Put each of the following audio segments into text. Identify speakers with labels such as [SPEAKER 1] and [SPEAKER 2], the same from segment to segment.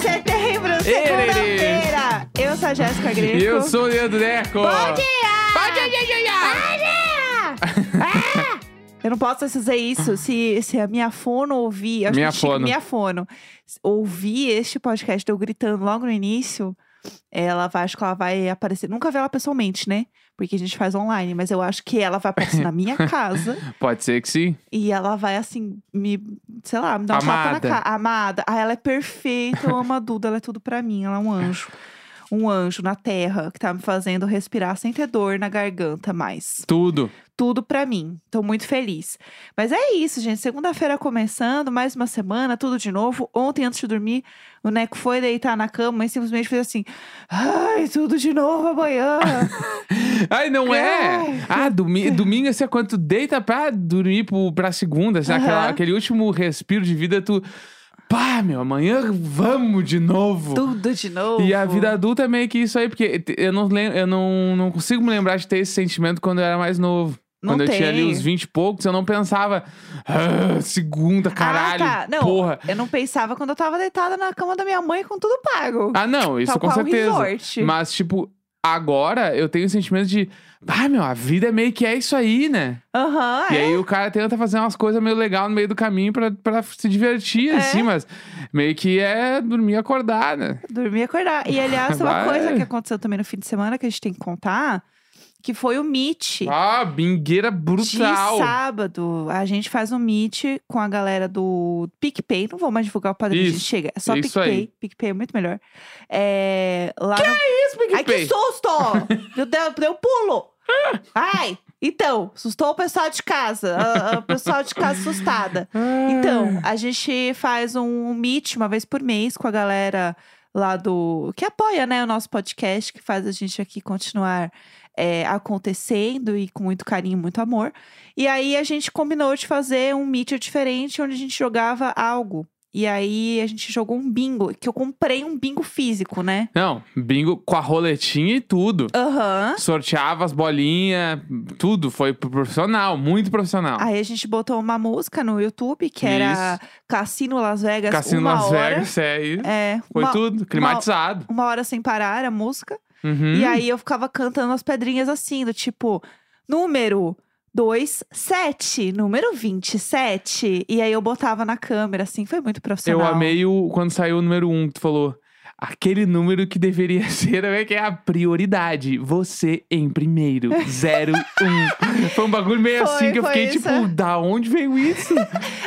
[SPEAKER 1] setembro, segunda-feira. Eu sou a Jéssica Greco.
[SPEAKER 2] E eu sou o Leandro Neco.
[SPEAKER 1] Bom dia!
[SPEAKER 2] Bom dia, dia, dia, dia.
[SPEAKER 1] Ah! Eu não posso fazer isso se, se a minha fono ouvir. eu Acho
[SPEAKER 2] Minha
[SPEAKER 1] que chega-
[SPEAKER 2] fono.
[SPEAKER 1] minha fono. Ouvir este podcast de eu gritando logo no início, ela vai, acho que ela vai aparecer. Nunca vi ela pessoalmente, né? Porque a gente faz online, mas eu acho que ela vai aparecer na minha casa
[SPEAKER 2] Pode ser que sim.
[SPEAKER 1] e ela vai assim, me, sei lá, me dar um
[SPEAKER 2] Amada.
[SPEAKER 1] tapa na cara. Amada. Ah, ela é perfeita, eu amo a Duda, ela é tudo pra mim, ela é um anjo. Um anjo na terra que tá me fazendo respirar sem ter dor na garganta mais
[SPEAKER 2] Tudo.
[SPEAKER 1] tudo pra mim. Tô muito feliz. Mas é isso, gente. Segunda-feira começando, mais uma semana, tudo de novo. Ontem, antes de dormir, o Neco foi deitar na cama e simplesmente fez assim: Ai, tudo de novo amanhã.
[SPEAKER 2] Ai, não é? Ah, domi domingo assim, é quando tu deita pra dormir pro, pra segunda, assim, aquela-
[SPEAKER 1] Aham.
[SPEAKER 2] aquele último respiro de vida, tu. Pá, meu, amanhã vamos de novo.
[SPEAKER 1] tudo de novo.
[SPEAKER 2] E a vida adulta é meio que isso aí, porque te- eu não, lem- eu não, não consigo me lembrar de ter esse sentimento quando eu era mais novo.
[SPEAKER 1] Não
[SPEAKER 2] quando eu
[SPEAKER 1] tem.
[SPEAKER 2] tinha ali uns 20 e poucos, eu não pensava, "Ah, segunda, caralho,
[SPEAKER 1] ah, tá. Não,
[SPEAKER 2] porra.
[SPEAKER 1] eu não pensava quando eu tava deitada na cama da minha mãe com tudo pago.
[SPEAKER 2] Ah, não, isso
[SPEAKER 1] Tal
[SPEAKER 2] com
[SPEAKER 1] qual
[SPEAKER 2] certeza.
[SPEAKER 1] Um resort.
[SPEAKER 2] Mas, tipo, agora eu tenho o sentimento de, ah, meu, a vida meio que é isso aí, né?
[SPEAKER 1] Aham,
[SPEAKER 2] E
[SPEAKER 1] é.
[SPEAKER 2] aí o cara tenta fazer umas coisas meio legal no meio do caminho pra, pra se divertir,
[SPEAKER 1] É.
[SPEAKER 2] assim, mas meio que é dormir e acordar, né?
[SPEAKER 1] Dormir e acordar. E aliás,
[SPEAKER 2] Vai.
[SPEAKER 1] uma coisa que aconteceu também no fim de semana que a gente tem que contar, que foi o Meet.
[SPEAKER 2] Ah, bingueira
[SPEAKER 1] De
[SPEAKER 2] brutal.
[SPEAKER 1] sábado, a gente faz um meet com a galera do PicPay. Não vou mais divulgar o padrinho,
[SPEAKER 2] Isso,
[SPEAKER 1] gente. Chega. É só
[SPEAKER 2] isso
[SPEAKER 1] PicPay.
[SPEAKER 2] aí.
[SPEAKER 1] PicPay é muito melhor. É, lá no-
[SPEAKER 2] Isso,
[SPEAKER 1] Ai, que susto! Meu Deus, deu um pulo! Ai! Então, assustou o pessoal de casa. a- a- O pessoal de casa assustada.
[SPEAKER 2] Ah.
[SPEAKER 1] Então, a gente faz um meet uma vez por mês com a galera lá do. que apoia, né, o nosso podcast, que faz a gente aqui continuar é, acontecendo e com muito carinho, muito amor. E aí a gente combinou de fazer um meet diferente onde a gente jogava algo. E aí a gente jogou um bingo, que eu comprei um bingo físico, né?
[SPEAKER 2] Não, bingo com a roletinha e tudo.
[SPEAKER 1] Aham.
[SPEAKER 2] Sorteava as bolinhas, tudo. Foi pro- profissional, muito profissional.
[SPEAKER 1] Aí a gente botou uma música no YouTube, que era Cassino Las Vegas.
[SPEAKER 2] Cassino
[SPEAKER 1] uma
[SPEAKER 2] assim Las
[SPEAKER 1] hora.
[SPEAKER 2] Vegas, é isso.
[SPEAKER 1] É,
[SPEAKER 2] Foi
[SPEAKER 1] uma,
[SPEAKER 2] tudo, climatizado.
[SPEAKER 1] uma hora sem parar a música.
[SPEAKER 2] Uhum.
[SPEAKER 1] E aí eu ficava cantando as pedrinhas assim, do tipo, número 2, 7, número 27. E aí eu botava na câmera, assim, foi muito
[SPEAKER 2] Eu
[SPEAKER 1] profissional.
[SPEAKER 2] amei o, quando saiu o número 1, um, que tu falou. Aquele número que deveria ser, né, que é a prioridade. Você em primeiro, 01. um. Foi um bagulho meio
[SPEAKER 1] Foi,
[SPEAKER 2] assim que eu
[SPEAKER 1] foi
[SPEAKER 2] fiquei tipo,
[SPEAKER 1] isso.
[SPEAKER 2] da onde veio isso?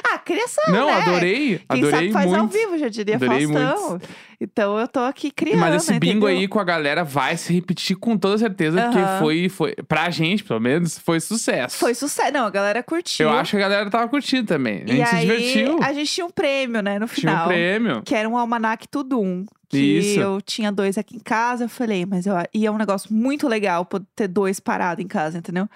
[SPEAKER 1] Ah, criação,
[SPEAKER 2] Não,
[SPEAKER 1] né?
[SPEAKER 2] adorei.
[SPEAKER 1] Quem
[SPEAKER 2] adorei
[SPEAKER 1] sabe faz ao
[SPEAKER 2] muito.
[SPEAKER 1] vivo, já diria
[SPEAKER 2] Adorei
[SPEAKER 1] Faustão. Então eu tô aqui criando,
[SPEAKER 2] Mas esse bingo
[SPEAKER 1] entendeu?
[SPEAKER 2] aí com a galera vai se repetir com toda certeza, porque
[SPEAKER 1] Aham.
[SPEAKER 2] foi, foi, pra gente, pelo menos, foi sucesso.
[SPEAKER 1] Foi sucesso. Não, a galera curtiu.
[SPEAKER 2] Eu acho que a galera tava curtindo também. A gente
[SPEAKER 1] e
[SPEAKER 2] se
[SPEAKER 1] aí,
[SPEAKER 2] divertiu.
[SPEAKER 1] a gente tinha um prêmio, né, no final.
[SPEAKER 2] Tinha um prêmio.
[SPEAKER 1] Que era um almanac Tudum. Que
[SPEAKER 2] Isso.
[SPEAKER 1] eu tinha dois aqui em casa, eu falei, mas eu. E é um negócio muito legal poder ter dois parados em casa, entendeu?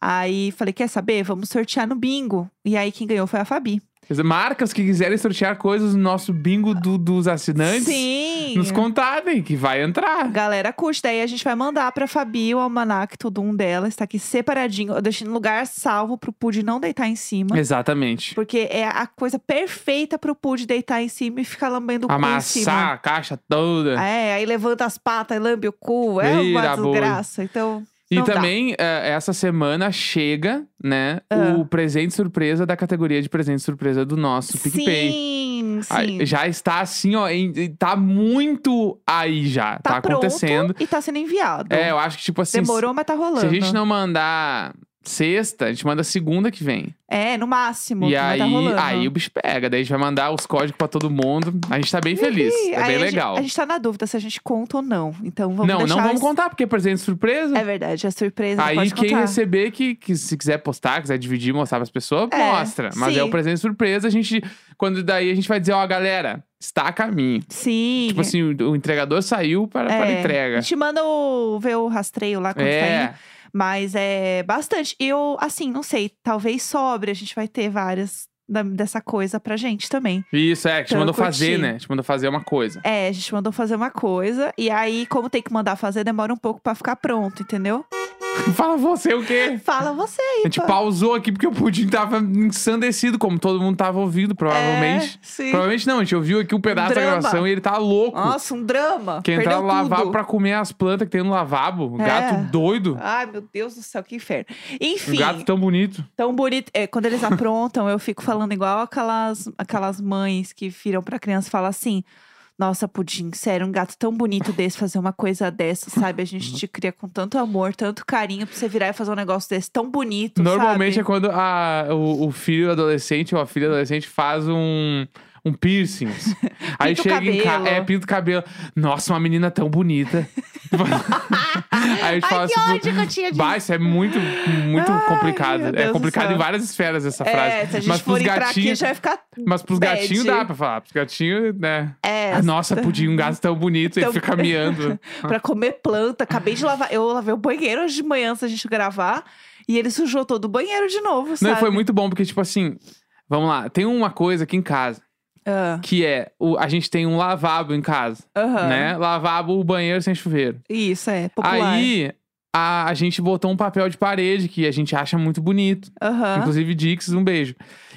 [SPEAKER 1] Aí falei, quer saber? Vamos sortear no bingo. E aí quem ganhou foi a Fabi.
[SPEAKER 2] Marcas que quiserem sortear coisas no nosso bingo do- dos assinantes.
[SPEAKER 1] Sim! é.
[SPEAKER 2] Nos contarem que vai entrar.
[SPEAKER 1] Galera, curte. Daí a gente vai mandar pra Fabi o almanac Tudum dela. Está aqui separadinho. Eu deixei no lugar salvo pro Pud não deitar em cima.
[SPEAKER 2] Exatamente.
[SPEAKER 1] Porque é a coisa perfeita pro Pud deitar em cima e ficar lambendo o cu em cima.
[SPEAKER 2] Amassar a caixa toda.
[SPEAKER 1] É, aí levanta as patas, lambe o cu. É uma
[SPEAKER 2] Vira boi.
[SPEAKER 1] desgraça. Então,
[SPEAKER 2] e
[SPEAKER 1] não dá.
[SPEAKER 2] também, eh, essa semana chega, né,
[SPEAKER 1] Ah.
[SPEAKER 2] o presente surpresa da categoria de presente surpresa do nosso PicPay.
[SPEAKER 1] Sim, sim.
[SPEAKER 2] Ah, Já está assim, ó, em- em- tá muito aí já. Tá,
[SPEAKER 1] pronto
[SPEAKER 2] acontecendo.
[SPEAKER 1] e tá sendo enviado.
[SPEAKER 2] É, eu acho que, tipo assim,
[SPEAKER 1] Demorou, mas tá
[SPEAKER 2] se-
[SPEAKER 1] rolando.
[SPEAKER 2] se a gente não mandar sexta, a gente manda segunda que vem.
[SPEAKER 1] É, no máximo.
[SPEAKER 2] e
[SPEAKER 1] mas
[SPEAKER 2] aí,
[SPEAKER 1] tá rolando.
[SPEAKER 2] aí o bicho pega. Daí a gente vai mandar os códigos pra todo mundo. A gente tá bem feliz.
[SPEAKER 1] Ih,
[SPEAKER 2] é
[SPEAKER 1] aí
[SPEAKER 2] bem
[SPEAKER 1] a gente-
[SPEAKER 2] legal.
[SPEAKER 1] a gente tá na dúvida se a gente conta ou não. Então vamos
[SPEAKER 2] não,
[SPEAKER 1] deixar
[SPEAKER 2] não vamos
[SPEAKER 1] isso-
[SPEAKER 2] contar, porque é presente surpresa.
[SPEAKER 1] É verdade, é surpresa.
[SPEAKER 2] Aí
[SPEAKER 1] pode
[SPEAKER 2] quem
[SPEAKER 1] contar.
[SPEAKER 2] receber, que, que se quiser postar, quiser dividir, mostrar pras pessoas,
[SPEAKER 1] É,
[SPEAKER 2] mostra. Mas é
[SPEAKER 1] sim.
[SPEAKER 2] o presente surpresa, a gente. Quando daí a gente vai dizer, ó, galera, está a caminho.
[SPEAKER 1] Sim.
[SPEAKER 2] Tipo assim, o, o entregador saiu para, para
[SPEAKER 1] é.
[SPEAKER 2] entrega.
[SPEAKER 1] A gente manda o, ver o rastreio lá quando tá indo.
[SPEAKER 2] É,
[SPEAKER 1] Mas é bastante. Eu, assim, não sei, talvez sobre, a gente vai ter várias da- dessa coisa pra gente também.
[SPEAKER 2] isso, é, que te
[SPEAKER 1] Então eu
[SPEAKER 2] mandou fazer,
[SPEAKER 1] curti.
[SPEAKER 2] né? Te mandou fazer uma coisa.
[SPEAKER 1] É, a gente mandou fazer uma coisa, e aí, como tem que mandar fazer, demora um pouco pra ficar pronto, entendeu?
[SPEAKER 2] Fala você o quê?
[SPEAKER 1] Fala você aí,
[SPEAKER 2] A gente
[SPEAKER 1] pô.
[SPEAKER 2] pausou aqui porque o Pudim tava ensandecido, como todo mundo tava ouvindo, provavelmente.
[SPEAKER 1] É, sim.
[SPEAKER 2] Provavelmente não, a gente ouviu aqui um pedaço da
[SPEAKER 1] Drama.
[SPEAKER 2] gravação e ele tá louco.
[SPEAKER 1] Nossa, um drama.
[SPEAKER 2] Quer entrar
[SPEAKER 1] Perdeu
[SPEAKER 2] no lavabo
[SPEAKER 1] tudo.
[SPEAKER 2] pra comer as plantas que tem no lavabo.
[SPEAKER 1] É.
[SPEAKER 2] Gato doido.
[SPEAKER 1] Ai, meu Deus do céu, que inferno.
[SPEAKER 2] Um
[SPEAKER 1] Enfim,
[SPEAKER 2] gato tão bonito.
[SPEAKER 1] tão bonito. É, quando eles aprontam, eu fico falando igual aquelas, aquelas mães que viram pra criança e falam assim: Nossa, Pudim, sério, um gato tão bonito desse fazer uma coisa dessa, sabe? A gente te cria com tanto amor, tanto carinho pra você virar e fazer um negócio desse tão bonito.
[SPEAKER 2] Normalmente é
[SPEAKER 1] sabe?
[SPEAKER 2] quando a, o, o filho adolescente ou a filha adolescente faz um, um piercing. Aí
[SPEAKER 1] Pinta o
[SPEAKER 2] chega em casa.
[SPEAKER 1] cabelo.
[SPEAKER 2] É, pinta o cabelo. Nossa, uma menina tão bonita. Aí a gente fala
[SPEAKER 1] Ai, que
[SPEAKER 2] assim,
[SPEAKER 1] ódio que eu tinha de
[SPEAKER 2] Bah, isso é muito, muito
[SPEAKER 1] Ai, meu
[SPEAKER 2] complicado.
[SPEAKER 1] Deus
[SPEAKER 2] É
[SPEAKER 1] do
[SPEAKER 2] complicado
[SPEAKER 1] céu.
[SPEAKER 2] em várias esferas essa
[SPEAKER 1] É,
[SPEAKER 2] frase.
[SPEAKER 1] se a gente
[SPEAKER 2] Mas
[SPEAKER 1] for
[SPEAKER 2] pros
[SPEAKER 1] entrar aqui,
[SPEAKER 2] gatinhos.
[SPEAKER 1] já vai ficar.
[SPEAKER 2] Mas pros
[SPEAKER 1] bad.
[SPEAKER 2] gatinhos dá pra falar. Pros gatinhos, né?
[SPEAKER 1] É,
[SPEAKER 2] Ah, Nossa, podia um gato tão bonito, ele
[SPEAKER 1] Tão-
[SPEAKER 2] fica miando.
[SPEAKER 1] pra comer planta. Acabei de lavar. Eu lavei o banheiro hoje de manhã antes da gente gravar. E ele sujou todo o banheiro de novo,
[SPEAKER 2] Não,
[SPEAKER 1] sabe?
[SPEAKER 2] e foi muito bom, porque, tipo assim, vamos lá, tem uma coisa aqui em casa,
[SPEAKER 1] Ah,
[SPEAKER 2] que é o, a gente tem um lavabo em casa,
[SPEAKER 1] aham.
[SPEAKER 2] né? Lavabo, banheiro sem chuveiro.
[SPEAKER 1] Isso, é. Popular.
[SPEAKER 2] Aí a, a gente botou um papel de parede que a gente acha muito bonito.
[SPEAKER 1] Aham.
[SPEAKER 2] Inclusive, Dix, um beijo.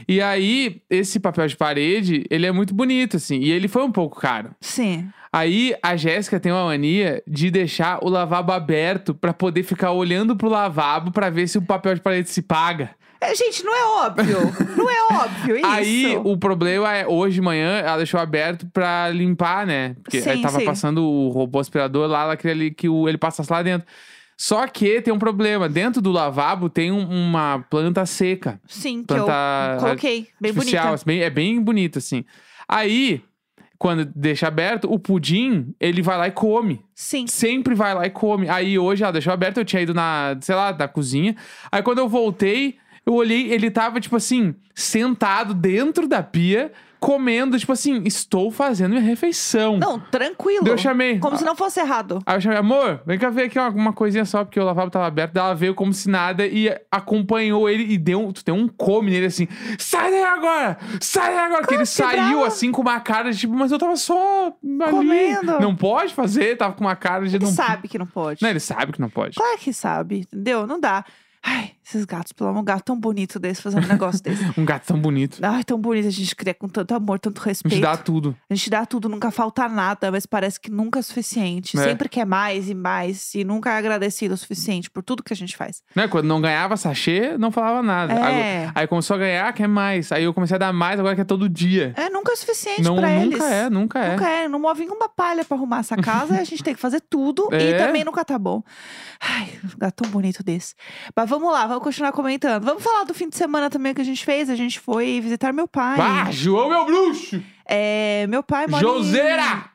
[SPEAKER 2] E aí, esse papel de parede, ele é muito bonito, assim. E ele foi um pouco caro.
[SPEAKER 1] Sim.
[SPEAKER 2] Aí, a Jéssica tem uma mania de deixar o lavabo aberto pra poder ficar olhando pro lavabo pra ver se o papel de parede se paga.
[SPEAKER 1] É, gente, não é óbvio. não é óbvio isso.
[SPEAKER 2] Aí, o problema é, hoje de manhã, ela deixou aberto pra limpar, né? Porque
[SPEAKER 1] Sim,
[SPEAKER 2] aí tava
[SPEAKER 1] sim.
[SPEAKER 2] passando o robô aspirador lá, ela queria ali que o- ele passasse lá dentro. Só que tem um problema. Dentro do lavabo tem um- uma planta seca.
[SPEAKER 1] Sim, que
[SPEAKER 2] Planta
[SPEAKER 1] eu coloquei. Bem
[SPEAKER 2] artificial,
[SPEAKER 1] bonita.
[SPEAKER 2] assim, bem- é bem bonito, assim. Aí, quando deixa aberto, o pudim, ele vai lá e come.
[SPEAKER 1] Sim.
[SPEAKER 2] Sempre vai lá e come. Aí hoje ela deixou aberto, eu tinha ido na, sei lá, na cozinha. Aí quando eu voltei, eu olhei, ele tava, tipo assim, sentado dentro da pia, comendo, tipo assim, estou fazendo minha refeição.
[SPEAKER 1] Não, tranquilo.
[SPEAKER 2] Daí eu chamei.
[SPEAKER 1] Como se não fosse errado.
[SPEAKER 2] Aí eu chamei, amor, vem cá ver aqui uma, uma coisinha só, porque o lavabo tava aberto. Daí Ela veio como se nada e acompanhou ele e deu, um- tu deu um come nele assim: sai daí agora! Sai daí agora! Porque ele
[SPEAKER 1] que
[SPEAKER 2] saiu
[SPEAKER 1] brava.
[SPEAKER 2] assim com uma cara de tipo, mas eu tava só ali.
[SPEAKER 1] Comendo.
[SPEAKER 2] Não pode fazer, tava com uma cara de
[SPEAKER 1] Ele
[SPEAKER 2] não.
[SPEAKER 1] sabe que não pode.
[SPEAKER 2] Não, ele sabe que não pode.
[SPEAKER 1] Claro que sabe, entendeu? Não dá. Ai, esses gatos, pelo amor, um gato tão bonito desse, fazendo um negócio desse.
[SPEAKER 2] Um gato tão bonito.
[SPEAKER 1] Ai, tão bonito, a gente cria com tanto amor, tanto
[SPEAKER 2] A
[SPEAKER 1] respeito.
[SPEAKER 2] gente dá tudo.
[SPEAKER 1] A gente dá tudo, nunca falta nada, mas parece que nunca é suficiente.
[SPEAKER 2] É.
[SPEAKER 1] Sempre quer mais e mais, e nunca é agradecido o suficiente por tudo que a gente faz.
[SPEAKER 2] Né? Quando não ganhava sachê, não falava nada.
[SPEAKER 1] É.
[SPEAKER 2] Aí, aí começou a ganhar, quer mais. Aí eu comecei a dar mais, agora quer todo dia.
[SPEAKER 1] É, nunca é suficiente
[SPEAKER 2] não,
[SPEAKER 1] pra
[SPEAKER 2] nunca
[SPEAKER 1] eles.
[SPEAKER 2] é, nunca é.
[SPEAKER 1] Nunca é, não move uma palha pra arrumar essa casa, e a gente tem que fazer tudo
[SPEAKER 2] É.
[SPEAKER 1] e também nunca tá bom. Ai, um gato tão bonito desse. Mas vamos lá, vamos continuar comentando. Vamos falar do fim de semana também que a gente fez. A gente foi visitar meu pai.
[SPEAKER 2] Ah, João, meu bruxo!
[SPEAKER 1] É, meu pai mora em...
[SPEAKER 2] Joseira!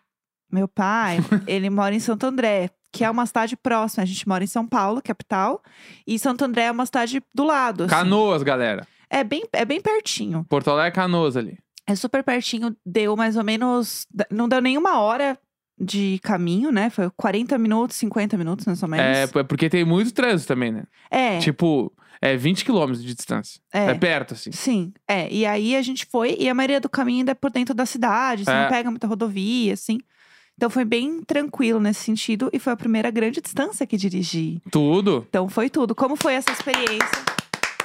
[SPEAKER 1] Meu pai, ele mora em Santo André, que é uma cidade próxima. A gente mora em São Paulo, capital, e Santo André é uma cidade do lado. assim.
[SPEAKER 2] Canoas, galera.
[SPEAKER 1] É bem, é bem pertinho.
[SPEAKER 2] Porto Alegre, Canoas ali.
[SPEAKER 1] É super pertinho. Deu mais ou menos. Não deu nenhuma hora de caminho, né? Foi 40 minutos, 50 minutos, mais ou
[SPEAKER 2] É,
[SPEAKER 1] menos.
[SPEAKER 2] p- é porque tem muito trânsito também, né?
[SPEAKER 1] É,
[SPEAKER 2] Tipo, é 20 quilômetros de distância.
[SPEAKER 1] é.
[SPEAKER 2] perto, assim.
[SPEAKER 1] Sim, é. E aí a gente foi, e a maioria do caminho ainda é por dentro da cidade, você
[SPEAKER 2] É.
[SPEAKER 1] não pega muita rodovia, assim. Então foi bem tranquilo nesse sentido, e foi a primeira grande distância que dirigi.
[SPEAKER 2] Tudo.
[SPEAKER 1] Então foi tudo. Como foi essa experiência?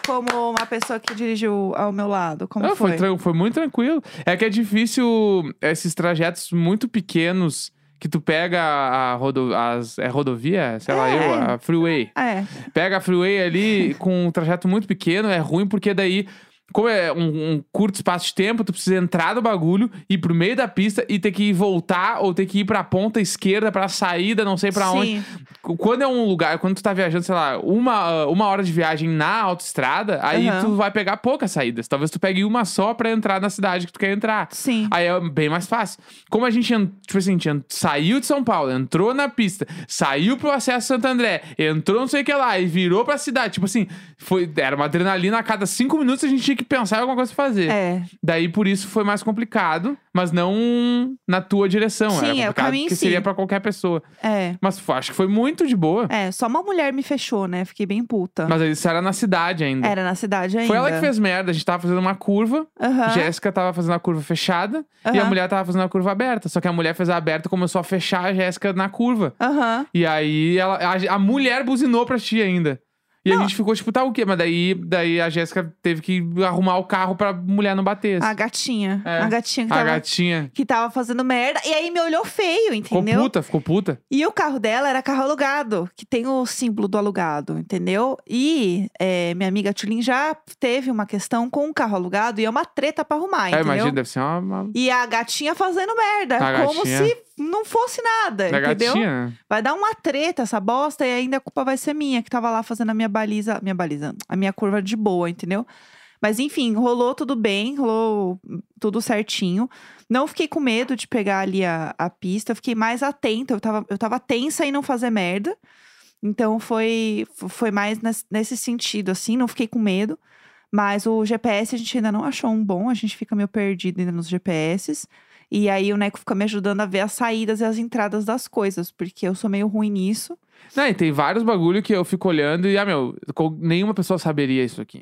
[SPEAKER 1] Como uma pessoa que dirigiu ao meu lado, como
[SPEAKER 2] Ah,
[SPEAKER 1] foi?
[SPEAKER 2] tran- foi muito tranquilo. É que é difícil esses trajetos muito pequenos que tu pega a, rodo, as, é rodovia, sei lá,
[SPEAKER 1] É.
[SPEAKER 2] eu, a freeway.
[SPEAKER 1] É,
[SPEAKER 2] Pega a freeway ali com um trajeto muito pequeno, é ruim porque daí. Como é um, um curto espaço de tempo, tu precisa entrar no bagulho, ir pro meio da pista e ter que voltar ou ter que ir pra ponta esquerda, pra saída, não sei pra onde.
[SPEAKER 1] sim.
[SPEAKER 2] Qu- Quando é um lugar, quando tu tá viajando, sei lá, uma, ah, uma hora de viagem na autoestrada, aí
[SPEAKER 1] Aham.
[SPEAKER 2] tu vai pegar poucas saídas. Talvez tu pegue uma só pra entrar na cidade que tu quer entrar.
[SPEAKER 1] Sim.
[SPEAKER 2] Aí é bem mais fácil. Como a gente, en- tipo assim, a gente en- saiu de São Paulo, entrou na pista, saiu pro acesso Santo André, entrou não sei o que lá e virou pra cidade. Tipo assim, foi, era uma adrenalina a cada cinco minutos a gente tinha que pensar em alguma coisa pra fazer.
[SPEAKER 1] É,
[SPEAKER 2] Daí por isso foi mais complicado, mas não na tua direção.
[SPEAKER 1] Sim,
[SPEAKER 2] era
[SPEAKER 1] é, o
[SPEAKER 2] complicado
[SPEAKER 1] caminho em
[SPEAKER 2] porque
[SPEAKER 1] si.
[SPEAKER 2] seria pra qualquer pessoa.
[SPEAKER 1] é.
[SPEAKER 2] Mas fo- acho que foi muito muito de boa.
[SPEAKER 1] É, só uma mulher me fechou, né? Fiquei bem puta.
[SPEAKER 2] Mas isso era na cidade ainda.
[SPEAKER 1] Era na cidade ainda.
[SPEAKER 2] Foi ela que fez merda. A gente tava fazendo uma curva.
[SPEAKER 1] Aham.
[SPEAKER 2] Jéssica tava fazendo a curva fechada e a
[SPEAKER 1] Aham.
[SPEAKER 2] mulher tava fazendo a curva aberta. Só que a mulher fez a aberta e começou a fechar a Jéssica na curva.
[SPEAKER 1] Aham.
[SPEAKER 2] E aí ela, a, a mulher buzinou pra ti ainda. E a
[SPEAKER 1] Não.
[SPEAKER 2] gente ficou tipo, tá o quê? Mas daí, daí a Jéssica teve que arrumar o carro pra mulher não bater.
[SPEAKER 1] A gatinha.
[SPEAKER 2] É.
[SPEAKER 1] A gatinha que
[SPEAKER 2] a
[SPEAKER 1] tava,
[SPEAKER 2] gatinha.
[SPEAKER 1] que tava fazendo merda. E aí me olhou feio,
[SPEAKER 2] Ficou
[SPEAKER 1] entendeu?
[SPEAKER 2] puta, ficou puta.
[SPEAKER 1] E o carro dela era carro alugado, que tem o símbolo do alugado, entendeu? E é, minha amiga Tulin já teve uma questão com o carro alugado e é uma treta pra
[SPEAKER 2] é,
[SPEAKER 1] arrumar, entendeu?
[SPEAKER 2] imagina, deve ser uma. uma...
[SPEAKER 1] E a gatinha fazendo merda,
[SPEAKER 2] A
[SPEAKER 1] como
[SPEAKER 2] gatinha.
[SPEAKER 1] se não fosse nada,
[SPEAKER 2] da
[SPEAKER 1] entendeu?
[SPEAKER 2] gatinha, né?
[SPEAKER 1] Vai dar uma treta essa bosta e ainda a culpa vai ser minha, que tava lá fazendo a minha baliza, minha baliza, a minha curva de boa, entendeu? Mas enfim, rolou tudo bem, rolou tudo certinho. Não fiquei com medo de pegar ali a, a pista, eu fiquei mais atenta, eu tava, eu tava tensa em não fazer merda. Então foi, foi mais nes- nesse sentido, assim, não fiquei com medo. Mas o GPS a gente ainda não achou um bom, a gente fica meio perdido ainda nos GPSs. E aí o Neco fica me ajudando a ver as saídas e as entradas das coisas, porque eu sou meio ruim nisso.
[SPEAKER 2] Não, e tem vários bagulho que eu fico olhando e, ah, meu, co- nenhuma pessoa saberia isso aqui.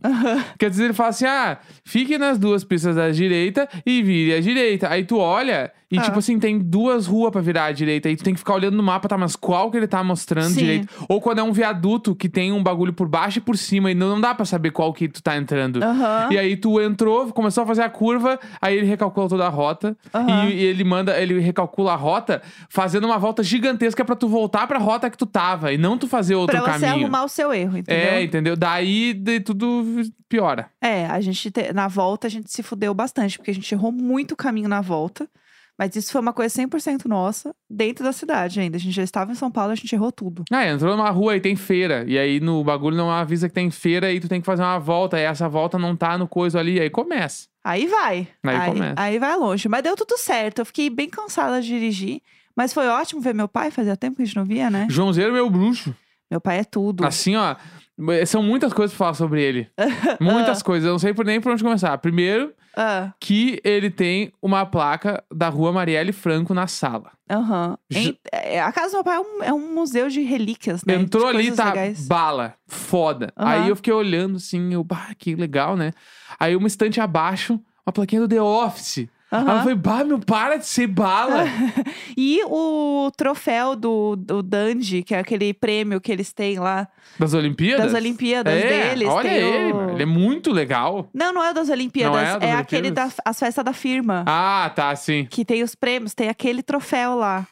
[SPEAKER 2] Porque às vezes ele fala assim, ah, fique nas duas pistas da direita e vire à direita. Aí tu olha e,
[SPEAKER 1] Ah.
[SPEAKER 2] tipo assim, tem duas ruas pra virar à direita. Aí tu tem que ficar olhando no mapa, tá, mas qual que ele tá mostrando
[SPEAKER 1] Sim.
[SPEAKER 2] direito? Ou quando é um viaduto que tem um bagulho por baixo e por cima e não, não dá pra saber qual que tu tá entrando.
[SPEAKER 1] Aham.
[SPEAKER 2] E aí tu entrou, começou a fazer a curva, aí ele recalculou toda a rota.
[SPEAKER 1] Aham.
[SPEAKER 2] E, e ele manda, ele recalcula a rota, fazendo uma volta gigantesca pra tu voltar pra rota que tu tava e não tu fazer outro
[SPEAKER 1] Pra você
[SPEAKER 2] caminho.
[SPEAKER 1] arrumar o seu erro, entendeu?
[SPEAKER 2] é, entendeu? Daí de- tudo piora.
[SPEAKER 1] É, a gente te- na volta a gente se fudeu bastante, porque a gente errou muito o caminho na volta. Mas isso foi uma coisa 100% nossa, dentro da cidade ainda. A gente já estava em São Paulo, a gente errou tudo.
[SPEAKER 2] Ah, entrou numa rua e tem feira. E aí no bagulho não avisa que tem feira e tu tem que fazer uma volta. E essa volta não tá no coisa ali. E aí começa.
[SPEAKER 1] Aí vai.
[SPEAKER 2] Aí começa.
[SPEAKER 1] aí vai longe. Mas deu tudo certo. Eu fiquei bem cansada de dirigir. Mas foi ótimo ver meu pai. Fazia tempo que a gente não via, né?
[SPEAKER 2] Joãozeiro, meu bruxo.
[SPEAKER 1] Meu pai é tudo.
[SPEAKER 2] Assim, ó. São muitas coisas pra falar sobre ele. muitas coisas. Eu não sei por- nem por onde começar. Primeiro,
[SPEAKER 1] Ah,
[SPEAKER 2] que ele tem uma placa da rua Marielle Franco na sala.
[SPEAKER 1] Aham.
[SPEAKER 2] Ju-
[SPEAKER 1] Em- é, A casa do meu pai é um, é um museu de relíquias, né?
[SPEAKER 2] Entrou
[SPEAKER 1] De
[SPEAKER 2] ali,
[SPEAKER 1] coisas
[SPEAKER 2] tá
[SPEAKER 1] legais.
[SPEAKER 2] bala, foda.
[SPEAKER 1] Aham.
[SPEAKER 2] Aí eu fiquei olhando assim, eu, bah, que legal, né? Aí uma estante abaixo, uma plaquinha do The Office.
[SPEAKER 1] Aham.
[SPEAKER 2] Aí eu falei, bah, meu, para de ser bala.
[SPEAKER 1] E o troféu do, do Dandy, que é aquele prêmio que eles têm lá
[SPEAKER 2] das Olimpíadas?
[SPEAKER 1] das Olimpíadas
[SPEAKER 2] é,
[SPEAKER 1] deles.
[SPEAKER 2] Olha
[SPEAKER 1] tem
[SPEAKER 2] ele,
[SPEAKER 1] o-
[SPEAKER 2] mano, ele é muito legal.
[SPEAKER 1] Não, não é o das Olimpíadas.
[SPEAKER 2] Não é o das
[SPEAKER 1] aquele
[SPEAKER 2] Olimpíadas?
[SPEAKER 1] das as festas da firma.
[SPEAKER 2] Ah, tá, sim.
[SPEAKER 1] Que tem os prêmios, tem aquele troféu lá.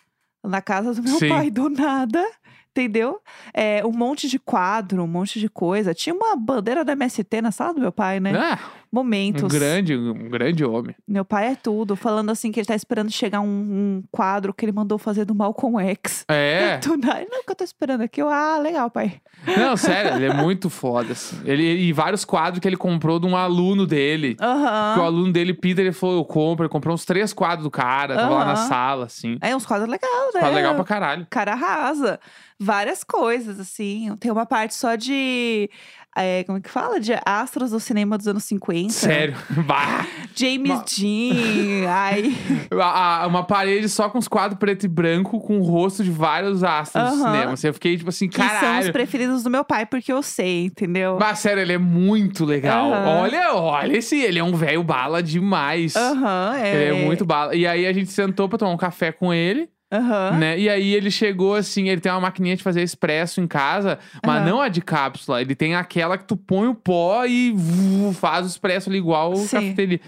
[SPEAKER 1] Na casa do meu
[SPEAKER 2] Sim.
[SPEAKER 1] pai, do nada. Entendeu? É, um monte de quadro, um monte de coisa. Tinha uma bandeira da MST na sala do meu pai, né?
[SPEAKER 2] Ah,
[SPEAKER 1] Momentos.
[SPEAKER 2] um grande, um grande homem.
[SPEAKER 1] Meu pai é tudo. Falando assim que ele tá esperando chegar um, um quadro que ele mandou fazer do Malcolm X.
[SPEAKER 2] É.
[SPEAKER 1] Do nada. Não, que eu tô esperando aqui. Eu, ah, legal, pai.
[SPEAKER 2] Não, sério, ele é muito foda. Assim. Ele, e vários quadros que ele comprou de um aluno dele. Que o
[SPEAKER 1] Aham.
[SPEAKER 2] aluno dele, Peter, ele falou, eu compro. Ele comprou uns três quadros do cara. Tava lá na
[SPEAKER 1] Aham.
[SPEAKER 2] sala, assim.
[SPEAKER 1] É uns quadros legais, né?
[SPEAKER 2] Tá legal pra caralho.
[SPEAKER 1] O cara arrasa. Várias coisas, assim. Tem uma parte só de. é, como é que fala? De astros do cinema dos anos 50.
[SPEAKER 2] Sério. Bah.
[SPEAKER 1] James
[SPEAKER 2] Ma-
[SPEAKER 1] Dean. Ai.
[SPEAKER 2] A- a- uma parede só com os quadros preto e branco, com o rosto de vários astros do
[SPEAKER 1] Aham.
[SPEAKER 2] cinema. Assim, eu fiquei tipo assim,
[SPEAKER 1] Que são os
[SPEAKER 2] caralho.
[SPEAKER 1] preferidos do meu pai, porque eu sei, entendeu?
[SPEAKER 2] Mas sério, ele é muito legal.
[SPEAKER 1] Aham.
[SPEAKER 2] Olha, olha esse. Ele é um velho bala demais.
[SPEAKER 1] Aham, é.
[SPEAKER 2] Ele é muito bala. E aí a gente sentou pra tomar um café com ele,
[SPEAKER 1] Aham.
[SPEAKER 2] né? E aí ele chegou assim, ele tem uma maquininha de fazer expresso em casa, mas
[SPEAKER 1] Aham.
[SPEAKER 2] não a de cápsula. Ele tem aquela que tu põe o pó e vu, faz o expresso ali igual o
[SPEAKER 1] Sim.
[SPEAKER 2] cafeteria.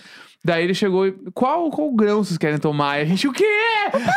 [SPEAKER 2] Daí ele chegou e. Qual, qual grão vocês querem tomar? E a gente, o quê?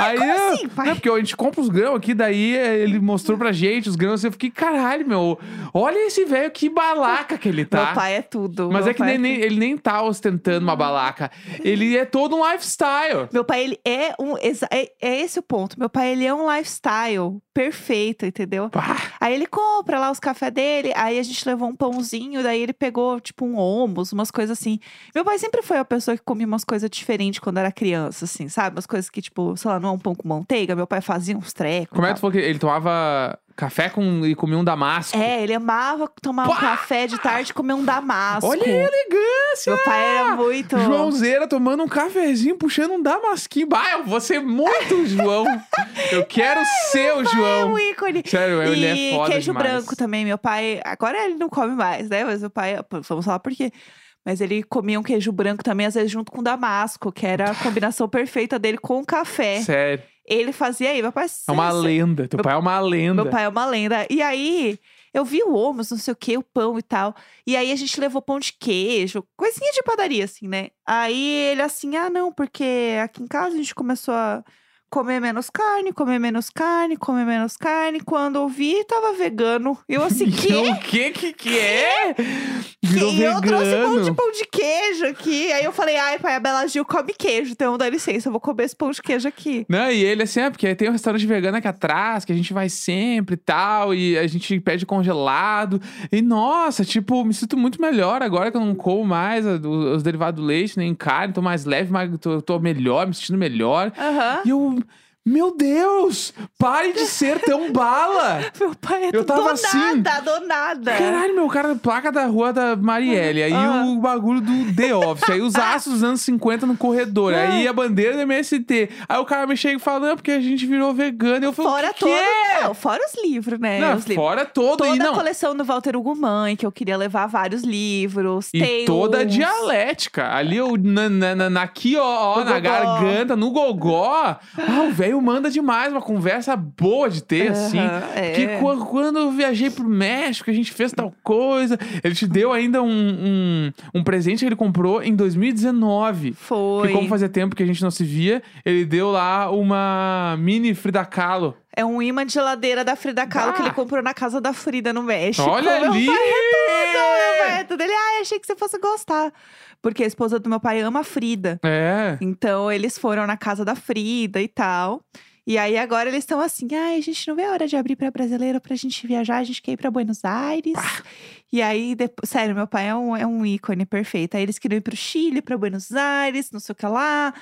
[SPEAKER 2] aí
[SPEAKER 1] como
[SPEAKER 2] eu-
[SPEAKER 1] assim, pai?"
[SPEAKER 2] Não, porque a gente compra os grãos aqui, daí ele mostrou pra gente os grãos. Eu fiquei, caralho, meu, olha esse velho, que balaca que ele tá.
[SPEAKER 1] Meu pai é tudo.
[SPEAKER 2] Mas
[SPEAKER 1] meu
[SPEAKER 2] é que nem,
[SPEAKER 1] pai
[SPEAKER 2] nem- ele nem tá ostentando uma balaca. Ele é todo um lifestyle.
[SPEAKER 1] Meu pai, ele é um. exa- É, é esse o ponto. Meu pai, ele é um lifestyle perfeito, entendeu?
[SPEAKER 2] Pá,
[SPEAKER 1] Aí ele compra lá os cafés dele, aí a gente levou um pãozinho, daí ele pegou, tipo, um homus, umas coisas assim. Meu pai sempre foi a pessoa que comia umas coisas diferentes quando era criança, assim, sabe? Umas coisas que, tipo, sei lá, não é um pão com manteiga, meu pai fazia uns trecos.
[SPEAKER 2] como é
[SPEAKER 1] e
[SPEAKER 2] que tu falou que ele tomava Café com, e comer um damasco.
[SPEAKER 1] É, ele amava tomar um
[SPEAKER 2] Pá!
[SPEAKER 1] café de tarde e comer um damasco.
[SPEAKER 2] Olha a elegância!
[SPEAKER 1] Meu pai era muito.
[SPEAKER 2] Joãozeira tomando um cafezinho, puxando um damasquinho. Bah, eu vou ser muito João. Eu quero ser o
[SPEAKER 1] É
[SPEAKER 2] João.
[SPEAKER 1] um ícone.
[SPEAKER 2] Sério, ele
[SPEAKER 1] E
[SPEAKER 2] é foda
[SPEAKER 1] queijo
[SPEAKER 2] demais.
[SPEAKER 1] branco também. Meu pai, agora ele não come mais, né? Mas meu pai, pô, vamos falar por quê. Mas ele comia um queijo branco também, às vezes junto com damasco, que era a combinação perfeita dele com o café.
[SPEAKER 2] Sério.
[SPEAKER 1] Ele fazia aí, meu pai.
[SPEAKER 2] É uma lenda. Teu
[SPEAKER 1] Meu-
[SPEAKER 2] pai é uma lenda.
[SPEAKER 1] Meu pai é uma lenda. E aí, eu vi o homus, não sei o que, o pão e tal. E aí, a gente levou pão de queijo, coisinha de padaria, assim, né? Aí, ele assim, ah, não, porque aqui em casa a gente começou a comer menos carne, comer menos carne, comer menos carne. Quando eu vi, tava vegano. Eu assim, que?
[SPEAKER 2] Então, o que que que é? Virou
[SPEAKER 1] E eu trouxe um monte de
[SPEAKER 2] vegano.
[SPEAKER 1] pão de queijo aqui. Aí eu falei, ai, pai, a Bela Gil come queijo, então dá licença, eu vou comer esse pão de queijo aqui.
[SPEAKER 2] Não, e ele assim, é, porque tem um restaurante vegano aqui atrás, que a gente vai sempre e tal, e a gente pede congelado. E nossa, tipo, me sinto muito melhor agora que eu não como mais a- o- os derivados do leite, nem carne, tô mais leve, mas tô, tô melhor, me sentindo melhor.
[SPEAKER 1] Aham.
[SPEAKER 2] E eu, meu Deus, pare de ser tão bala!
[SPEAKER 1] Meu pai é
[SPEAKER 2] Eu tava
[SPEAKER 1] do
[SPEAKER 2] assim.
[SPEAKER 1] nada, do nada.
[SPEAKER 2] Caralho, meu, o cara, placa da rua da Marielle. Aí
[SPEAKER 1] Ah.
[SPEAKER 2] o bagulho do The Office. Aí os aços dos anos 50 no corredor.
[SPEAKER 1] É.
[SPEAKER 2] Aí a bandeira do MST. Aí o cara me chega e fala, não, é porque a gente virou vegano. Eu falo,
[SPEAKER 1] Fora
[SPEAKER 2] "Que
[SPEAKER 1] todo.
[SPEAKER 2] quê?"
[SPEAKER 1] Não, fora os livros, né?
[SPEAKER 2] Não,
[SPEAKER 1] os livros.
[SPEAKER 2] fora todo.
[SPEAKER 1] Toda
[SPEAKER 2] e
[SPEAKER 1] a
[SPEAKER 2] não,
[SPEAKER 1] coleção do Walter Hugo Mãe, que eu queria levar vários livros.
[SPEAKER 2] E
[SPEAKER 1] tem
[SPEAKER 2] toda a
[SPEAKER 1] uns-
[SPEAKER 2] dialética. Ali, eu, na, na, na, na- aqui, ó, ó,
[SPEAKER 1] No
[SPEAKER 2] na
[SPEAKER 1] gogó.
[SPEAKER 2] garganta, no gogó. Ah, o velho manda demais. Uma conversa boa de ter,
[SPEAKER 1] Aham,
[SPEAKER 2] assim.
[SPEAKER 1] é.
[SPEAKER 2] Que qu- quando eu viajei pro México, a gente fez tal coisa. Ele te deu ainda um, um, um presente que ele comprou em 2019.
[SPEAKER 1] Foi.
[SPEAKER 2] Porque como fazia tempo que a gente não se via, ele deu lá uma mini Frida Kahlo.
[SPEAKER 1] É um imã de geladeira da Frida Kahlo
[SPEAKER 2] Ah.
[SPEAKER 1] que ele comprou na casa da Frida no México.
[SPEAKER 2] Olha
[SPEAKER 1] Meu
[SPEAKER 2] ali!
[SPEAKER 1] pai é tudo, Ele, ai, achei que você fosse gostar. Porque a esposa do meu pai ama a Frida.
[SPEAKER 2] É.
[SPEAKER 1] Então eles foram na casa da Frida e tal. E aí agora eles estão assim, ai, a gente não vê a hora de abrir pra brasileiro pra gente viajar, a gente quer ir pra Buenos Aires. E aí, depois, sério, meu pai é um, é um ícone perfeito. Aí eles queriam ir pro Chile, pra Buenos Aires, não sei o que lá.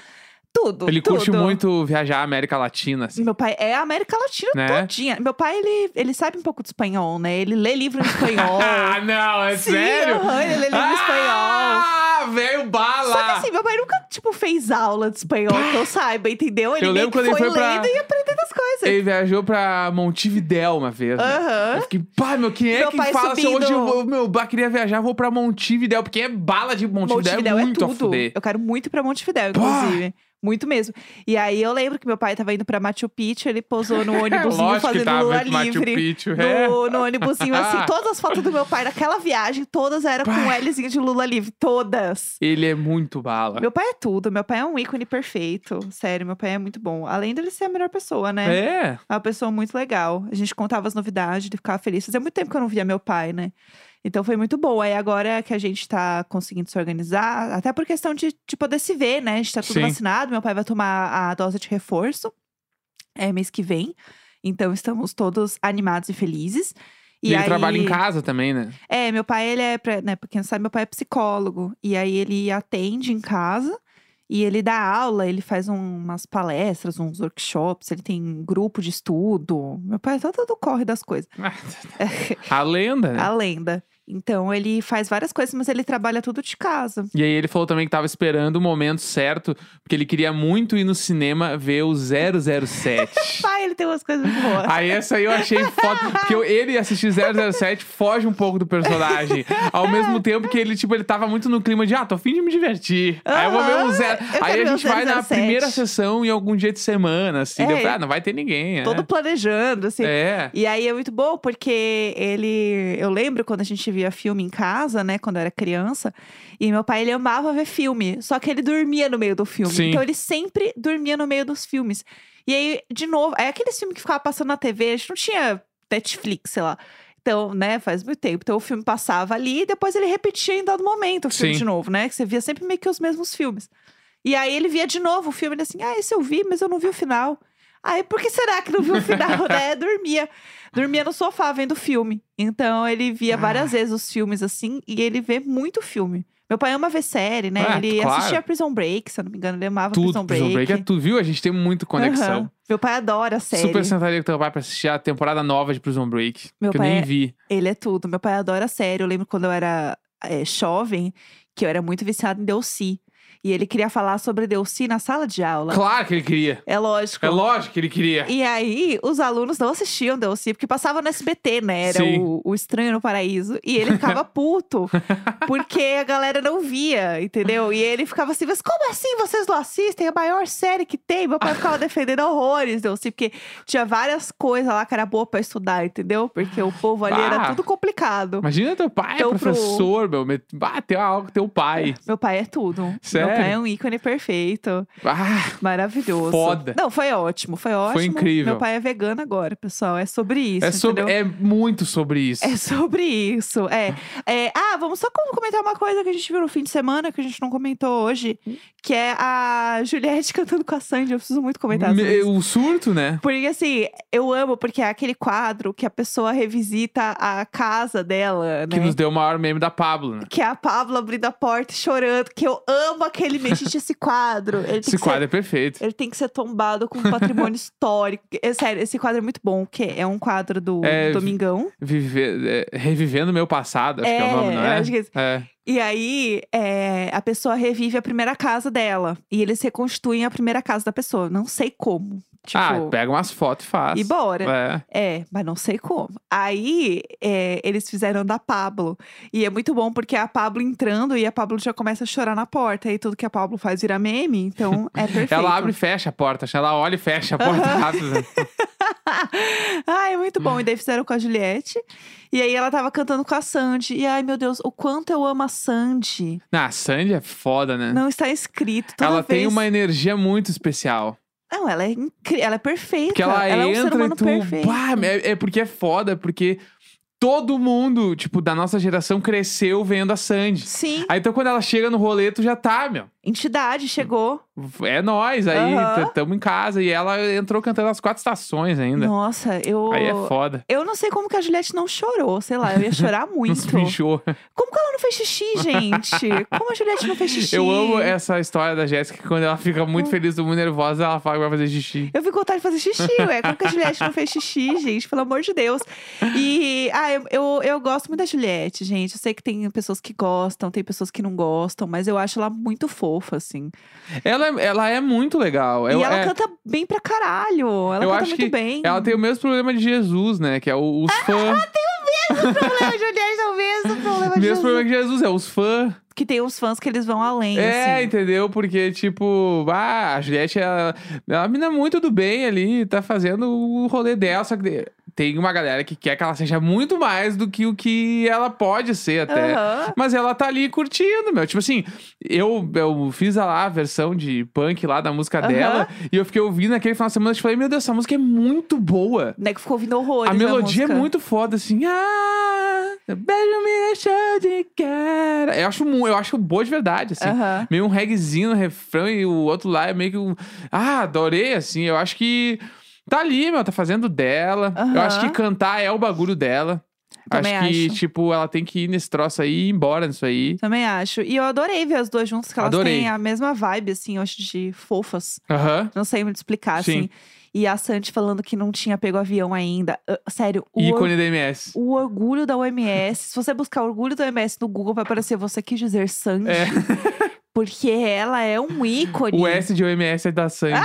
[SPEAKER 1] Tudo.
[SPEAKER 2] Ele curte
[SPEAKER 1] tudo.
[SPEAKER 2] muito viajar a América Latina, assim.
[SPEAKER 1] Meu pai é a América Latina
[SPEAKER 2] Né?
[SPEAKER 1] todinha. Meu pai, ele, ele sabe um pouco de espanhol, né? Ele lê livro em espanhol.
[SPEAKER 2] Ah, não, é
[SPEAKER 1] Sim,
[SPEAKER 2] sério?
[SPEAKER 1] aham, ele lê livro em espanhol.
[SPEAKER 2] Ah, velho bala!
[SPEAKER 1] Só que assim, meu pai nunca, tipo, fez aula de espanhol que eu saiba, entendeu? Ele
[SPEAKER 2] Ah! Eu
[SPEAKER 1] meio
[SPEAKER 2] lembro
[SPEAKER 1] que
[SPEAKER 2] quando ele
[SPEAKER 1] foi
[SPEAKER 2] foi pra-
[SPEAKER 1] lendo e aprendendo as coisas.
[SPEAKER 2] Ele viajou pra Montevidéu uma vez, né?
[SPEAKER 1] Aham.
[SPEAKER 2] Eu fiquei, pá, meu, quem é
[SPEAKER 1] Meu
[SPEAKER 2] que
[SPEAKER 1] pai
[SPEAKER 2] fala assim, hoje eu
[SPEAKER 1] subindo-
[SPEAKER 2] vou, meu, bah, queria viajar, vou pra Montevidéu, porque é bala de Montevidéu,
[SPEAKER 1] Montevidéu
[SPEAKER 2] é
[SPEAKER 1] é
[SPEAKER 2] muito a
[SPEAKER 1] tudo.
[SPEAKER 2] fuder.
[SPEAKER 1] Eu quero muito ir pra Montevidéu,
[SPEAKER 2] Pá!
[SPEAKER 1] inclusive. Muito mesmo. E aí eu lembro que meu pai tava indo pra Machu Picchu, ele pousou no ônibusinho
[SPEAKER 2] Lógico que
[SPEAKER 1] fazendo
[SPEAKER 2] tava
[SPEAKER 1] lula
[SPEAKER 2] muito Machu
[SPEAKER 1] livre.
[SPEAKER 2] Picchu, é.
[SPEAKER 1] No, no ônibusinho, assim, todas as fotos do meu pai naquela viagem, todas eram com um
[SPEAKER 2] Pá!
[SPEAKER 1] Lzinho de Lula livre. Todas.
[SPEAKER 2] Ele é muito bala.
[SPEAKER 1] Meu pai é tudo, meu pai é um ícone perfeito. Sério, meu pai é muito bom. Além dele ser a melhor pessoa, né?
[SPEAKER 2] É,
[SPEAKER 1] É uma pessoa muito legal. A gente contava as novidades, ele ficava feliz. Fazia muito tempo que eu não via meu pai, né? Então foi muito bom. Aí agora que a gente tá conseguindo se organizar, até por questão de, de poder se ver, né? A gente tá tudo
[SPEAKER 2] Sim.
[SPEAKER 1] vacinado, meu pai vai tomar a dose de reforço é mês que vem. Então estamos todos animados e felizes.
[SPEAKER 2] e ele
[SPEAKER 1] aí-
[SPEAKER 2] trabalha em casa também, né?
[SPEAKER 1] é, meu pai, ele é, pra- né, pra quem não sabe, meu pai é psicólogo. E aí ele atende em casa e ele dá aula, ele faz um- umas palestras, uns workshops, ele tem grupo de estudo. Meu pai tá todo corre das coisas.
[SPEAKER 2] A lenda, né?
[SPEAKER 1] A lenda. Então ele faz várias coisas, mas ele trabalha tudo de casa.
[SPEAKER 2] E aí ele falou também que tava esperando o momento certo, porque ele queria muito ir no cinema ver o 007.
[SPEAKER 1] Pai, ele tem umas coisas muito boas.
[SPEAKER 2] Aí essa aí eu achei foda. Porque eu- ele assistir 007 foge um pouco do personagem. Ao mesmo tempo que ele, tipo, ele tava muito no clima de, ah, tô a fim de me divertir. Aí eu vou ver um
[SPEAKER 1] Aham,
[SPEAKER 2] zero.
[SPEAKER 1] eu
[SPEAKER 2] Aí
[SPEAKER 1] quero
[SPEAKER 2] a
[SPEAKER 1] ver o
[SPEAKER 2] gente vai na
[SPEAKER 1] 007.
[SPEAKER 2] primeira sessão em algum dia de semana, assim.
[SPEAKER 1] É,
[SPEAKER 2] Daí eu falei,
[SPEAKER 1] ele-
[SPEAKER 2] ah, não vai ter ninguém. é.
[SPEAKER 1] Todo planejando, assim.
[SPEAKER 2] É.
[SPEAKER 1] E aí é muito bom porque ele. Eu lembro quando a gente via filme em casa, né? Quando eu era criança. E meu pai, ele amava ver filme. Só que ele dormia no meio do filme.
[SPEAKER 2] Sim.
[SPEAKER 1] Então ele sempre dormia no meio dos filmes. E aí, de novo, é aqueles filmes que ficava passando na TV, a gente não tinha Netflix, sei lá. Então, né, faz muito tempo. Então o filme passava ali e depois ele repetia em dado momento o filme
[SPEAKER 2] Sim.
[SPEAKER 1] de novo, né? Que você via sempre meio que os mesmos filmes. E aí ele via de novo o filme, ele assim, ah, esse eu vi, mas eu não vi o final. Aí, por que será que não viu o final, né? Dormia. Dormia no
[SPEAKER 2] Ah.
[SPEAKER 1] sofá vendo filme. Então, ele via várias vezes os filmes assim, e ele vê muito filme. Meu pai ama ver série, né?
[SPEAKER 2] Ah,
[SPEAKER 1] ele
[SPEAKER 2] claro.
[SPEAKER 1] assistia Prison Break, se eu não me engano, ele amava
[SPEAKER 2] Tudo,
[SPEAKER 1] Prison Break.
[SPEAKER 2] Prison Break é tudo, viu? A gente tem muito conexão.
[SPEAKER 1] Aham. Meu pai adora série.
[SPEAKER 2] Super sentaria com teu pai pra assistir a temporada nova de Prison Break.
[SPEAKER 1] Meu
[SPEAKER 2] que
[SPEAKER 1] pai
[SPEAKER 2] eu nem
[SPEAKER 1] é-
[SPEAKER 2] vi.
[SPEAKER 1] Ele é tudo. Meu pai adora série. Eu lembro quando eu era eh, jovem, que eu era muito viciada em Delcy. E ele queria falar sobre Delcy na sala de aula.
[SPEAKER 2] Claro que ele queria.
[SPEAKER 1] É lógico.
[SPEAKER 2] É lógico que ele queria.
[SPEAKER 1] E aí, os alunos não assistiam Delcy, porque passava no SBT, né? Era
[SPEAKER 2] Sim.
[SPEAKER 1] o, o Estranho no Paraíso. E ele ficava puto, porque a galera não via, entendeu? E ele ficava assim, mas como assim vocês não assistem? É a maior série que tem. Meu pai ficava defendendo horrores, Delcy, porque tinha várias coisas lá que era boa pra estudar, entendeu? Porque o povo ali
[SPEAKER 2] Ah.
[SPEAKER 1] era tudo complicado.
[SPEAKER 2] Imagina teu pai, é
[SPEAKER 1] Então, pro-
[SPEAKER 2] professor, meu. met- Ah, tem algo com teu pai.
[SPEAKER 1] Meu pai é tudo.
[SPEAKER 2] Sério?
[SPEAKER 1] Meu pai é um ícone perfeito.
[SPEAKER 2] Ah,
[SPEAKER 1] Maravilhoso.
[SPEAKER 2] Foda.
[SPEAKER 1] Não, foi ótimo, foi ótimo.
[SPEAKER 2] incrível.
[SPEAKER 1] Meu pai é vegano agora, pessoal. É sobre isso.
[SPEAKER 2] é, sobre-
[SPEAKER 1] entendeu?
[SPEAKER 2] é muito sobre isso.
[SPEAKER 1] É sobre isso, é. É, Ah, vamos só com- comentar uma coisa que a gente viu no fim de semana, que a gente não comentou hoje, que é a Juliette cantando com a Sandy. Eu preciso muito comentar sobre
[SPEAKER 2] Me-
[SPEAKER 1] isso.
[SPEAKER 2] O surto, né?
[SPEAKER 1] Porque assim, eu amo, porque é aquele quadro que a pessoa revisita a casa dela,
[SPEAKER 2] Que
[SPEAKER 1] né?
[SPEAKER 2] nos deu o maior meme da Pablo, né?
[SPEAKER 1] Que é a Pablo abrindo a porta e chorando, que eu amo aquele meme. Gente, esse quadro. Ele tem
[SPEAKER 2] Esse
[SPEAKER 1] que ser
[SPEAKER 2] quadro é perfeito.
[SPEAKER 1] ele tem que ser tombado com patrimônio histórico. É sério, esse quadro é muito bom, que é um quadro do
[SPEAKER 2] É,
[SPEAKER 1] Domingão.
[SPEAKER 2] Vive- é, Revivendo meu passado, acho que é o
[SPEAKER 1] É,
[SPEAKER 2] nome, não é?
[SPEAKER 1] eu acho que é esse.
[SPEAKER 2] é.
[SPEAKER 1] E aí, é, a pessoa revive a primeira casa dela. E eles reconstruem a primeira casa da pessoa. Não sei como. Tipo,
[SPEAKER 2] ah, pega umas fotos e faz.
[SPEAKER 1] e bora.
[SPEAKER 2] É.
[SPEAKER 1] É, mas não sei como. Aí é, eles fizeram da Pablo. E é muito bom porque é a Pablo entrando e a Pablo já começa a chorar na porta. E tudo que a Pablo faz vira meme. Então é perfeito.
[SPEAKER 2] Ela abre e fecha a porta. acho que Ela olha e fecha a porta rápido. né?
[SPEAKER 1] ai, é muito bom. E daí fizeram com a Juliette. E aí ela tava cantando com a Sandy. E ai, meu Deus, o quanto eu amo a Sandy.
[SPEAKER 2] Não, a Sandy é foda, né?
[SPEAKER 1] Não está escrito. Toda
[SPEAKER 2] ela
[SPEAKER 1] vez...
[SPEAKER 2] tem uma energia muito especial.
[SPEAKER 1] Não, ela é incrível. Ela é perfeita.
[SPEAKER 2] Porque ela,
[SPEAKER 1] é um ser
[SPEAKER 2] entra
[SPEAKER 1] humano
[SPEAKER 2] e tu.
[SPEAKER 1] perfeito.
[SPEAKER 2] Pá, é, é porque é foda, porque todo mundo, tipo, da nossa geração cresceu vendo a Sandy.
[SPEAKER 1] Sim,
[SPEAKER 2] Aí então quando ela chega no rolê, tu já tá, meu.
[SPEAKER 1] entidade chegou.
[SPEAKER 2] É nós aí,
[SPEAKER 1] Aham.
[SPEAKER 2] t- tamo em casa. E ela entrou cantando as quatro estações ainda.
[SPEAKER 1] Nossa, eu.
[SPEAKER 2] Aí é foda.
[SPEAKER 1] Eu não sei como que a Juliette não chorou, sei lá, eu ia chorar
[SPEAKER 2] Não
[SPEAKER 1] muito.
[SPEAKER 2] se mijou.
[SPEAKER 1] Como que ela não fez xixi, gente? Como a Juliette não fez xixi?
[SPEAKER 2] Eu amo essa história da Jéssica, que quando ela fica muito feliz, muito nervosa, ela fala que vai fazer xixi.
[SPEAKER 1] Eu fico com vontade de fazer xixi, ué. Como que a Juliette não fez xixi, gente? Pelo amor de Deus. E, ah, eu, eu, eu gosto muito da Juliette, gente. Eu sei que tem pessoas que gostam, tem pessoas que não gostam, mas eu acho ela muito fofa, assim.
[SPEAKER 2] Ela, é- ela é muito legal.
[SPEAKER 1] e
[SPEAKER 2] Eu-
[SPEAKER 1] ela
[SPEAKER 2] é-
[SPEAKER 1] canta bem pra caralho. Ela
[SPEAKER 2] eu
[SPEAKER 1] canta
[SPEAKER 2] acho
[SPEAKER 1] muito
[SPEAKER 2] que
[SPEAKER 1] bem.
[SPEAKER 2] Ela tem o mesmo problema de Jesus, né? Que é o-
[SPEAKER 1] Ah,
[SPEAKER 2] os fãs.
[SPEAKER 1] problema, a Juliette tem é o mesmo problema de
[SPEAKER 2] mesmo
[SPEAKER 1] Jesus.
[SPEAKER 2] problema que Jesus, é os fãs.
[SPEAKER 1] Que tem uns fãs que eles vão além,
[SPEAKER 2] É,
[SPEAKER 1] assim.
[SPEAKER 2] entendeu? Porque, tipo, ah, a Juliette, ela, ela é uma mina muito do bem ali, tá fazendo o rolê dela, só que tem uma galera que quer que ela seja muito mais do que o que ela pode ser então, até.
[SPEAKER 1] Aham.
[SPEAKER 2] Mas ela tá ali curtindo, meu. Tipo assim, eu, eu fiz a lá a versão de punk lá da música
[SPEAKER 1] Aham.
[SPEAKER 2] dela. E eu fiquei ouvindo naquele final de semana e falei, meu Deus, essa música é muito boa.
[SPEAKER 1] O Nego Né, ficou ouvindo horrores
[SPEAKER 2] a
[SPEAKER 1] da
[SPEAKER 2] melodia é
[SPEAKER 1] música.
[SPEAKER 2] muito foda, assim. Ah, beijo me deixou de cara. Eu acho, mu- eu acho boa de verdade, assim.
[SPEAKER 1] Aham.
[SPEAKER 2] Meio um reggaezinho no refrão e o outro lá é meio que um. Ah, adorei, assim. Eu acho que tá ali, meu, tá fazendo dela. Eu
[SPEAKER 1] Aham.
[SPEAKER 2] acho que cantar é o bagulho dela.
[SPEAKER 1] Também
[SPEAKER 2] acho que,
[SPEAKER 1] acho.
[SPEAKER 2] tipo, ela tem que ir nesse troço aí e ir embora nisso aí.
[SPEAKER 1] Também acho. E eu adorei ver as duas juntas, que elas
[SPEAKER 2] Adorei.
[SPEAKER 1] têm a mesma vibe, assim, eu acho, de fofas.
[SPEAKER 2] Aham.
[SPEAKER 1] Não sei muito explicar,
[SPEAKER 2] Sim.
[SPEAKER 1] assim. E a Santi falando que não tinha pego avião ainda. Ah, Sério, o, or-
[SPEAKER 2] Ícone da MS.
[SPEAKER 1] o orgulho da OMS. Se você buscar orgulho da OMS no Google, vai aparecer você quis dizer Sandy.
[SPEAKER 2] É.
[SPEAKER 1] Porque ela é um ícone.
[SPEAKER 2] O S de OMS é da Sandy.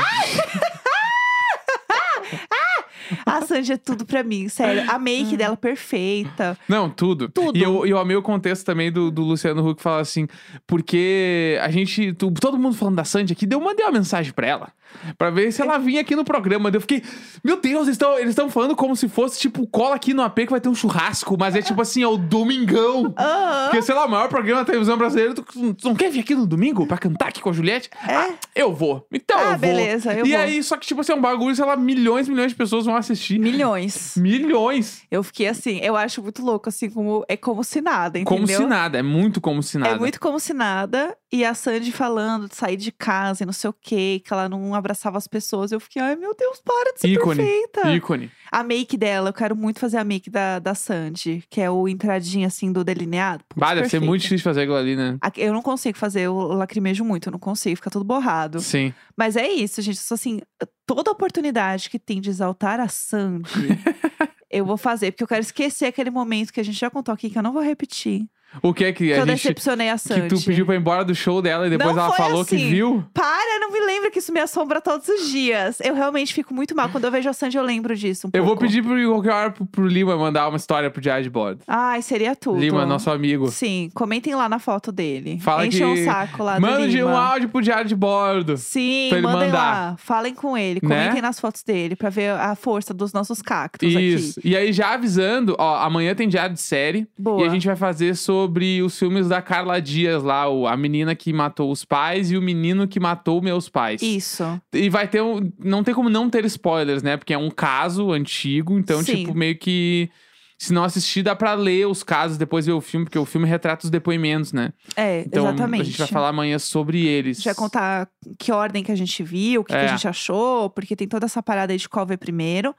[SPEAKER 1] A Sandy é tudo pra mim, sério. A
[SPEAKER 2] Ah.
[SPEAKER 1] make dela é perfeita.
[SPEAKER 2] Não, tudo.
[SPEAKER 1] Tudo.
[SPEAKER 2] E eu, eu amei o contexto também do, do Luciano Huck falar assim, porque a gente, tu- todo mundo falando da Sandy aqui, deu, eu mandei uma mensagem pra ela, pra ver se ela vinha aqui no programa. Daí Eu fiquei, meu Deus, eles estão eles tão falando como se fosse, tipo, cola aqui no AP que vai ter um churrasco, mas é tipo assim, é o domingão.
[SPEAKER 1] Aham.
[SPEAKER 2] Porque, sei lá, o maior programa da televisão brasileira, tu, tu não quer vir aqui no domingo pra cantar aqui com a Juliette? Ah, eu vou. Então
[SPEAKER 1] É? Ah,
[SPEAKER 2] eu vou.
[SPEAKER 1] beleza, eu
[SPEAKER 2] e
[SPEAKER 1] vou.
[SPEAKER 2] aí, só que, tipo assim, é um bagulho, sei lá, milhões e milhões de pessoas vão assistir.
[SPEAKER 1] Milhões.
[SPEAKER 2] Milhões.
[SPEAKER 1] Eu fiquei assim, eu acho muito louco, assim, como é como se nada, entendeu?
[SPEAKER 2] Como se nada, é muito como se nada.
[SPEAKER 1] É muito como se nada. E a Sandy falando de sair de casa e não sei o quê, que ela não abraçava as pessoas. Eu fiquei, ai meu Deus, para de ser
[SPEAKER 2] Ícone.
[SPEAKER 1] perfeita.
[SPEAKER 2] Ícone.
[SPEAKER 1] a make dela. Eu quero muito fazer a make da, da Sandy, que é o entradinho assim do delineado. Putz,
[SPEAKER 2] Bah, deve ser
[SPEAKER 1] perfeita.
[SPEAKER 2] muito difícil fazer aquilo ali, né?
[SPEAKER 1] Aqui- Eu não consigo fazer, eu lacrimejo muito, eu não consigo, fica tudo borrado.
[SPEAKER 2] Sim.
[SPEAKER 1] Mas é isso, gente. Eu sou assim, toda oportunidade que tem de exaltar a Sandy, eu vou fazer. Porque eu quero esquecer aquele momento que a gente já contou aqui, que eu não vou repetir.
[SPEAKER 2] O que é que
[SPEAKER 1] que eu
[SPEAKER 2] a gente.
[SPEAKER 1] decepcionei a
[SPEAKER 2] Que
[SPEAKER 1] Sandy.
[SPEAKER 2] tu pediu pra ir embora do show dela e depois
[SPEAKER 1] Não
[SPEAKER 2] ela
[SPEAKER 1] foi
[SPEAKER 2] falou que
[SPEAKER 1] assim.
[SPEAKER 2] viu?
[SPEAKER 1] Para, não me lembra que isso me assombra todos os dias. Eu realmente fico muito mal. Quando eu vejo a Sandy, eu lembro disso um
[SPEAKER 2] Eu vou
[SPEAKER 1] pouco.
[SPEAKER 2] pedir por qualquer hora pro, pro Lima mandar uma história pro Diário de Bordo.
[SPEAKER 1] Ai, seria tudo.
[SPEAKER 2] Lima, nosso amigo.
[SPEAKER 1] Sim, comentem lá na foto dele.
[SPEAKER 2] Fala
[SPEAKER 1] Enchem
[SPEAKER 2] que-
[SPEAKER 1] um saco lá do
[SPEAKER 2] Manda de
[SPEAKER 1] Lima.
[SPEAKER 2] um áudio pro Diário de Bordo.
[SPEAKER 1] Sim,
[SPEAKER 2] pra ele
[SPEAKER 1] mandem
[SPEAKER 2] mandar.
[SPEAKER 1] lá. Falem com ele.
[SPEAKER 2] Né?
[SPEAKER 1] Comentem nas fotos dele pra ver a força dos nossos cactos
[SPEAKER 2] Isso.
[SPEAKER 1] aqui.
[SPEAKER 2] E aí, já avisando, ó, amanhã tem diário de série.
[SPEAKER 1] Boa.
[SPEAKER 2] E a gente vai fazer sobre os filmes da Carla Dias lá, o- a menina que matou os pais e o menino que matou meus pais.
[SPEAKER 1] Isso.
[SPEAKER 2] E vai ter um. Não tem como não ter spoilers, né? Porque é um caso antigo, então,
[SPEAKER 1] Sim.
[SPEAKER 2] tipo, meio que. Se não assistir, dá pra ler os casos depois ver o filme, porque o filme retrata os depoimentos, né?
[SPEAKER 1] É,
[SPEAKER 2] Então
[SPEAKER 1] exatamente.
[SPEAKER 2] a gente vai falar amanhã sobre eles.
[SPEAKER 1] A gente vai contar que ordem que a gente viu, o que, que
[SPEAKER 2] É.
[SPEAKER 1] a gente achou, porque tem toda essa parada aí de qual ver primeiro.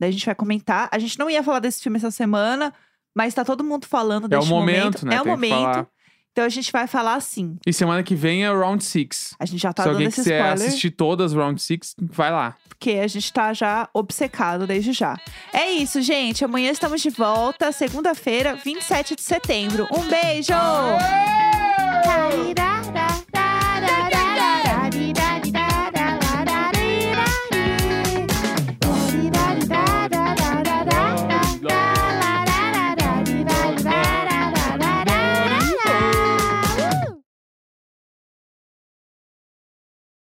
[SPEAKER 1] Daí a gente vai comentar. A gente não ia falar desse filme essa semana, mas tá todo mundo falando
[SPEAKER 2] É o
[SPEAKER 1] desse
[SPEAKER 2] momento, né?
[SPEAKER 1] É o
[SPEAKER 2] Tem que falar.
[SPEAKER 1] momento. Então a gente vai falar assim.
[SPEAKER 2] E semana que vem é o Round 6.
[SPEAKER 1] A gente já tá
[SPEAKER 2] Se
[SPEAKER 1] dando
[SPEAKER 2] alguém
[SPEAKER 1] esse
[SPEAKER 2] quiser
[SPEAKER 1] spoiler,
[SPEAKER 2] assistir todas Round 6, vai lá.
[SPEAKER 1] porque a gente tá já obcecado desde já. É isso, gente. Amanhã estamos de volta, segunda-feira, 27 de setembro. Um beijo!
[SPEAKER 3] Da da da da da da.